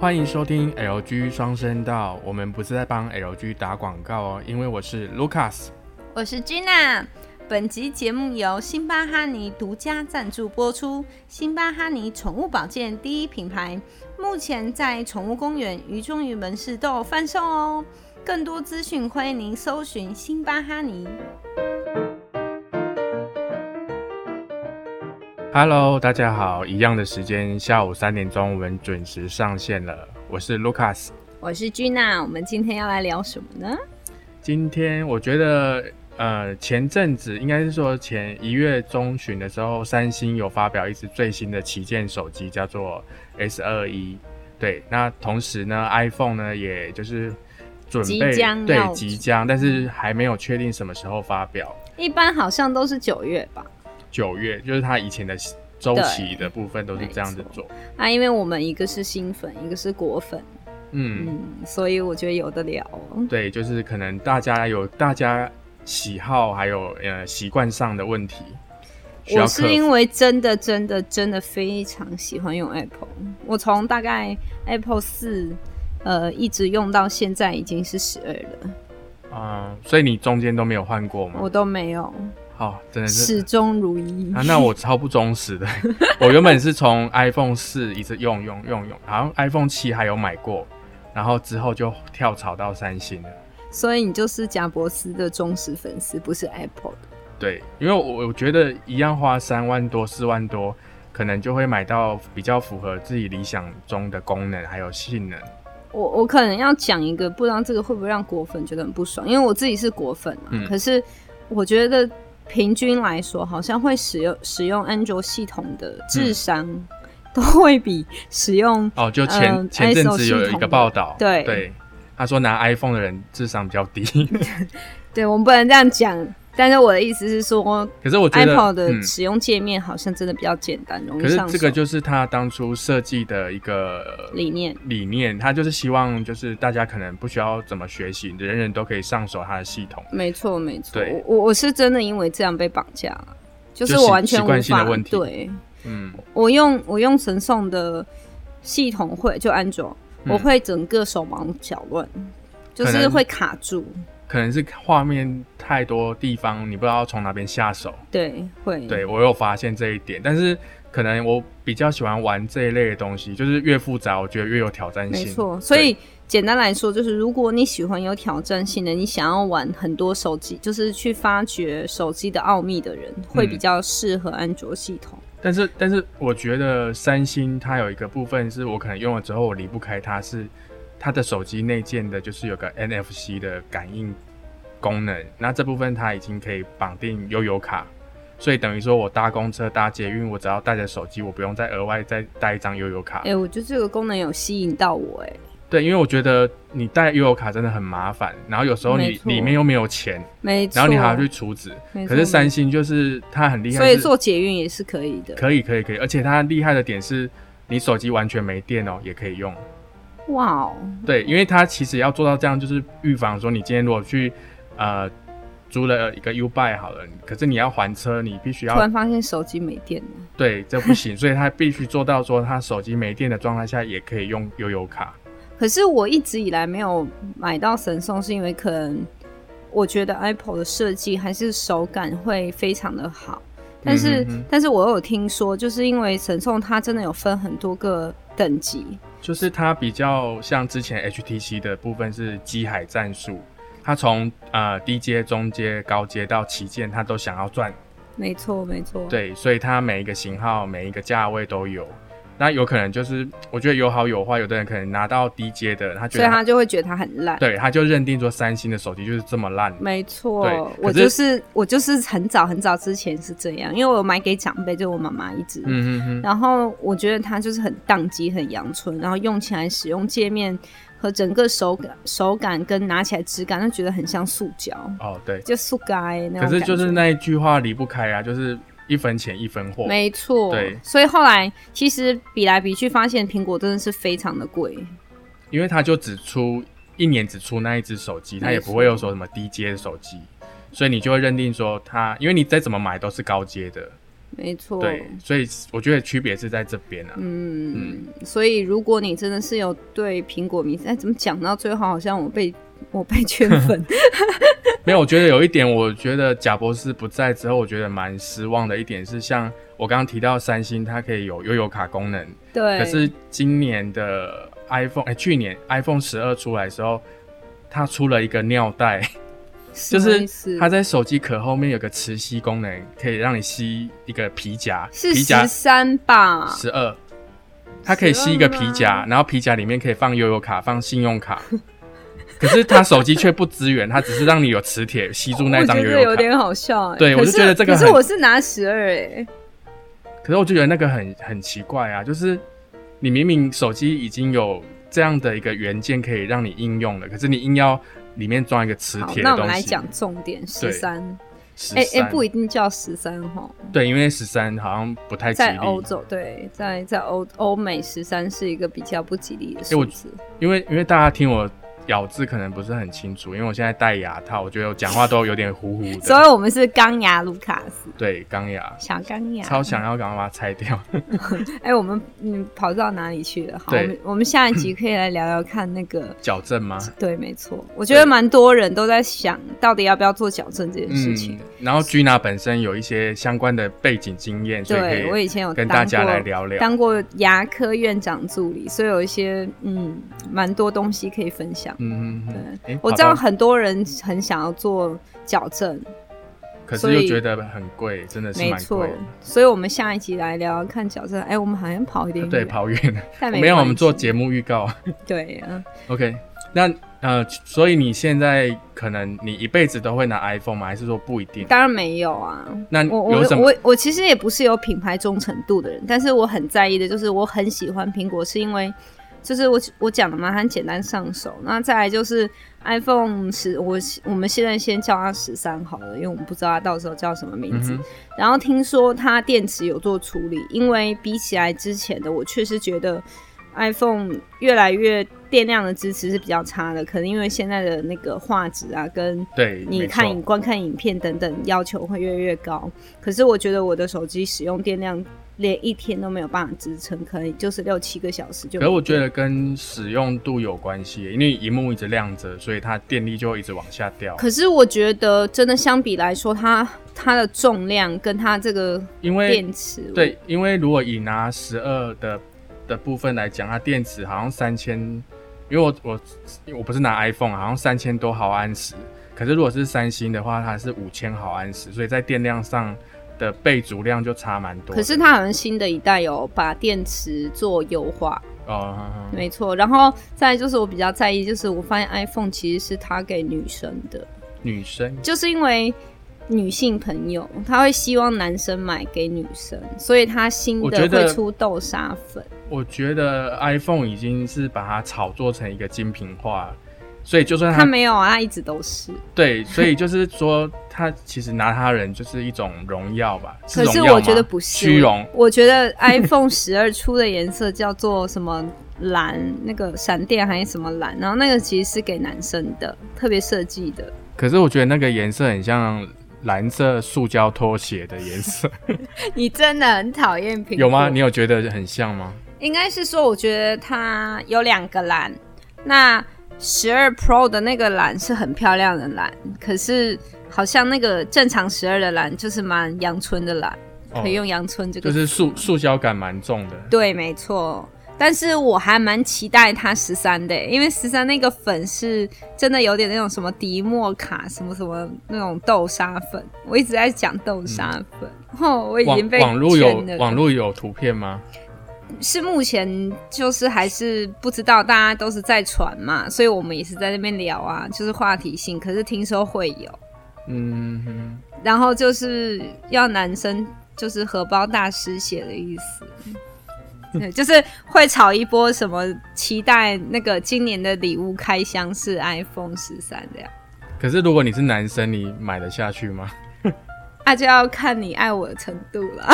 欢迎收听 LG 双声道，我们不是在帮 LG 打广告哦，因为我是 Lucas。我是 Gina。本集节目由辛巴哈尼独家赞助播出。辛巴哈尼宠物保健第一品牌，目前在宠物公园、鱼中鱼门市都有贩售哦。更多资讯欢迎您搜寻辛巴哈尼。 Hello，大家好，一样的时间，下午三点钟我们准时上线了，我是 Lucas。我是 Gina，我们今天要来聊什么呢？今天我觉得，呃，前阵子应该是说前一月中旬的时候，三星有发表一支最新的旗舰手机，叫做 S 二一。对，那同时呢，iPhone 呢，也就是准即备将要对即将，但是还没有确定什么时候发表。一般好像都是九月吧，九月，就是它以前的周期的部分都是没这样子错做。啊，因为我们一个是新粉，一个是果粉，嗯，嗯，所以我觉得有的聊哦。对，就是可能大家有大家喜好还有呃习惯上的问题，需要我克是服。因为真的真的真的非常喜欢用 Apple，我从大概 Apple 四呃一直用到现在已经是十二了，嗯、所以你中间都没有换过吗我？都没有，好、真的是。始终如一。啊，那我超不忠实的。 我原本是从 iPhone 四一直用用用用，好像 iPhone 七还有买过，然后之后就跳槽到三星了。 所以你就是贾伯斯的忠实粉丝，不是 Apple 的。对，因为我我觉得一样花三万多、四万多，可能就会买到比较符合自己理想中的功能还有性能。我我可能要讲一个，不知道这个会不会让果粉觉得很不爽，因为我自己是果粉啊。嗯可是我觉得平均来说，好像会使用使用安卓系统的智商、嗯都会比使用哦，就前、嗯前阵子 ISO 有系一统个的报道，对他说拿 iPhone 的人智商比较低， 对，我们不能这样讲。但是我的意思是说可是我觉得，Apple 的嗯使用界面好像真的比较简单，容可易是上手。这个就是他当初设计的一个理念，理念，他就是希望就是大家可能不需要怎么学习，人人都可以上手他的系统。没错没错对。我我我是真的因为这样被绑架了，就就是我习完全习惯无性的法问题对嗯，我用我用神送的系统会就安卓，嗯我会整个手忙脚乱，就可是能会卡住，可能是画面太多地方，你不知道从哪边下手。对会对我有发现这一点，但是可能我比较喜欢玩这一类的东西，就是越复杂，我觉得越有挑战性。没错，所以对简单来说，就是如果你喜欢有挑战性的，你想要玩很多手机，就是去发掘手机的奥秘的人，会嗯比较适合安卓系统。但是但是我觉得三星它有一个部分是我可能用了之后我离不开它，是它的手机内建的，就是有个 NFC 的感应功能。那这部分它已经可以绑定悠游卡，所以等于说我搭公车、搭捷运，我只要带着手机，我不用再额外再带一张悠游卡。哎、我觉得这个功能有吸引到我、哎，对，因为我觉得你带悠游卡真的很麻烦，然后有时候没你错里面又没有钱，没错。然后你还要去储值。没错，可是没三星就是它很厉错害，所以是做捷运也是可以的。可以可以可以，而且它厉害的点是，你手机完全没电哦也可以用。哇哦，对，因为它其实要做到这样，就是预防说你今天如果去呃租了一个 U Buy 好了，可是你要还车，你必须突要然发现手机没电了，对这不 行，所以它必须做到说它手机没电的状态下也可以用悠游卡。可是我一直以来没有买到神送，是因为可能我觉得 Apple 的设计还是手感会非常的好，但是、嗯嗯嗯但是我有听说，就是因为神送它真的有分很多个等级，就是它比较像之前 HTC 的部分是机海战术，它从呃低阶、中阶、高阶到旗舰，它都想要赚。没错没错，，对，所以它每一个型号、每一个价位都有。那有可能就是，我觉得有好有坏。有的人可能拿到低阶的，他觉所得以他他就会觉得它很烂。啊对，他就认定说三星的手机就是这么烂。没错对，我可是就是我就是很早很早之前是这样，因为我有买给长辈，就我妈妈一直，嗯哼哼，然后我觉得它就是很宕机、很阳春，然后用起来使用界面和整个手感、手感跟拿起来质感，就觉得很像塑胶，哦对，就塑该那种可是感就是觉那一句话离不开啊，就是一分钱一分货。没错，对所以后来其实比来比去，发现苹果真的是非常的贵，因为他就只出一年只出那一只手机，他也没错不会有说什么低阶的手机，所以你就会认定说他，因为你再怎么买都是高阶的，没错，对，所以我觉得区别是在这边啊。嗯，所以如果你真的是有对苹果迷，哎，怎么讲到最后好像我被我被圈 粉，没有，我觉得有一点，我觉得贾博士不在之后，我觉得蛮失望的一点是，像我刚刚提到三星，它可以有悠游卡功能，对，可是今年的 iPhone，哎、去年 iPhone 十二出来的时候，它出了一个尿 袋，什就么意是思它在手机壳后面有个磁吸功能，可以让你吸一个皮夹，是皮夹十三吧？十二，它可以吸一个皮夹12吗，然后皮夹里面可以放悠游卡、放信用卡。可是它手机却不支援，它只是让你有磁铁吸住那我张觉悠得有游卡。点好笑、哎，对可我就是觉得这个可是很我是拿十二哎，可是我就觉得那个很很奇怪啊，就是你明明手机已经有这样的一个元件可以让你应用了，可是你硬要里面装一个磁好，铁那的我们东来西讲。重点，十对三，十哎哎，三不一定叫十三哈，对，因为十三好像不太吉在利。欧洲，对，在在欧欧美十三是一个比较不吉利的我数字，因为因为大家听我咬字可能不是很清楚，因为我现在戴牙套，我觉得我讲话都有点糊糊所的。以我们是钢牙卢卡斯，对，钢牙。小钢牙，超想要赶快把它拆掉。 哎、我们嗯跑到哪里去了？好，我对。们我们下一集可以来聊聊看那个 矫正吗？对，没错，我觉得蛮多人都在想到底要不要做矫正这件事情嗯。，然后 Gina 本身有一些相关的背景经验，所以对我可以以前有跟当大家过来聊聊。当过牙科院长助理，所以有一些嗯蛮多东西可以分享。嗯，嗯对嗯诶我跑知道到很多人很想要做矫正，可所是以又觉得很贵，真的是没蛮错贵的。，所以我们下一集来聊聊看矫正。哎、我们好像跑一点远，对，跑远了。哦但没没有，关我们做系节目预告。 对，嗯， OK，那呃，所以你现在可能你一辈子都会拿 iPhone 吗？还是说不一定？当然没有啊，那我我有什么？我我其实也不是有品牌忠诚度的人，但是我很在意的就是我很喜欢苹果，是因为就是我我讲的嘛，它很简单上手。那再来就是 iPhone 十，我我们现在先叫它十三好了，因为我们不知道它到时候叫什么名字。嗯哼然后听说它电池有做处理，因为比起来之前的，我确实觉得 iPhone 越来越电量的支持是比较差的，可能因为现在的那个画质啊跟对，你没看错影观看影片等等要求会越来越高。可是我觉得我的手机使用电量连一天都没有办法支撑，可能就是六七个小时就。可是我觉得跟使用度有关系，因为荧幕一直亮着，所以它电力就会一直往下掉。可是我觉得真的相比来说，它它的重量跟它这个因为电池，对，因为如果以拿十二的的部分来讲，它电池好像三千，因为我我我不是拿 iPhone，啊好像三千多毫安时。可是如果是三星的话，它是五千毫安时，所以在电量上的备足量就差蛮多的。可是它好像新的一代有把电池做优化，哦， 嗯嗯嗯没错。然后再来就是我比较在意，就是我发现 iPhone 其实是它给女生的，女生就是因为女性朋友，她会希望男生买给女生，所以她新我的觉得会出豆沙粉。我觉得 iPhone 已经是把它炒作成一个精品化了，所以就算她它没有啊，她一直都是。对，所以就是说，它其实拿它人就是一种荣耀吧？ 可是荣耀我觉得吗不是虚荣，我觉得 iPhone 十二出的颜色叫做什么蓝，那个闪电还是什么蓝，然后那个其实是给男生的，特别设计的。可是我觉得那个颜色很像蓝色塑胶拖鞋的颜 色，你真的很讨厌苹果？有吗？你有觉得很像吗？应该是说，我觉得它有两个蓝，那十二 Pro 的那个蓝是很漂亮的蓝，可是好像那个正常十二的蓝就是蛮阳春的蓝，可以用阳春这个哦就是词、塑塑胶感蛮重的。对，没错。但是我还蛮期待它十三的，因为十三那个粉是真的有点那种什么迪莫卡什么什么那种豆沙粉，我一直在讲豆沙粉，哦，我已嗯网经被网络有圈了网络有图片吗？是目前就是还是不知道，大家都是在传嘛，所以我们也是在那边聊啊，就是话题性。可是听说会有，嗯，嗯然后就是要男生就是荷包大失血的意思。对，就是会炒一波什么期待那个今年的礼物开箱是 iPhone 十三这样，可是如果你是男生，你买得下去吗？那、啊就要看你爱我的程度了。